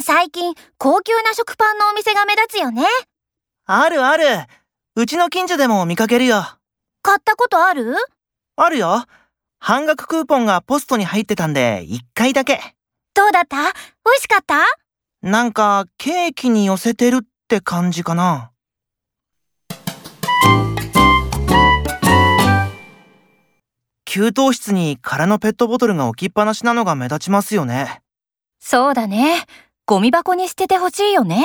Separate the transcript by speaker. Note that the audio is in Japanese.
Speaker 1: 最近、高級な食パンのお店が目立つよね。
Speaker 2: あるある。うちの近所でも見かけるよ。
Speaker 1: 買ったことある
Speaker 2: あるよ。半額クーポンがポストに入ってたんで、一回だけ。
Speaker 1: どうだった美味しかった
Speaker 2: なんか、ケーキに寄せてるって感じかな。給湯室に空のペットボトルが置きっぱなしなのが目立ちますよね。
Speaker 1: そうだね。ゴミ箱に捨ててほしいよね。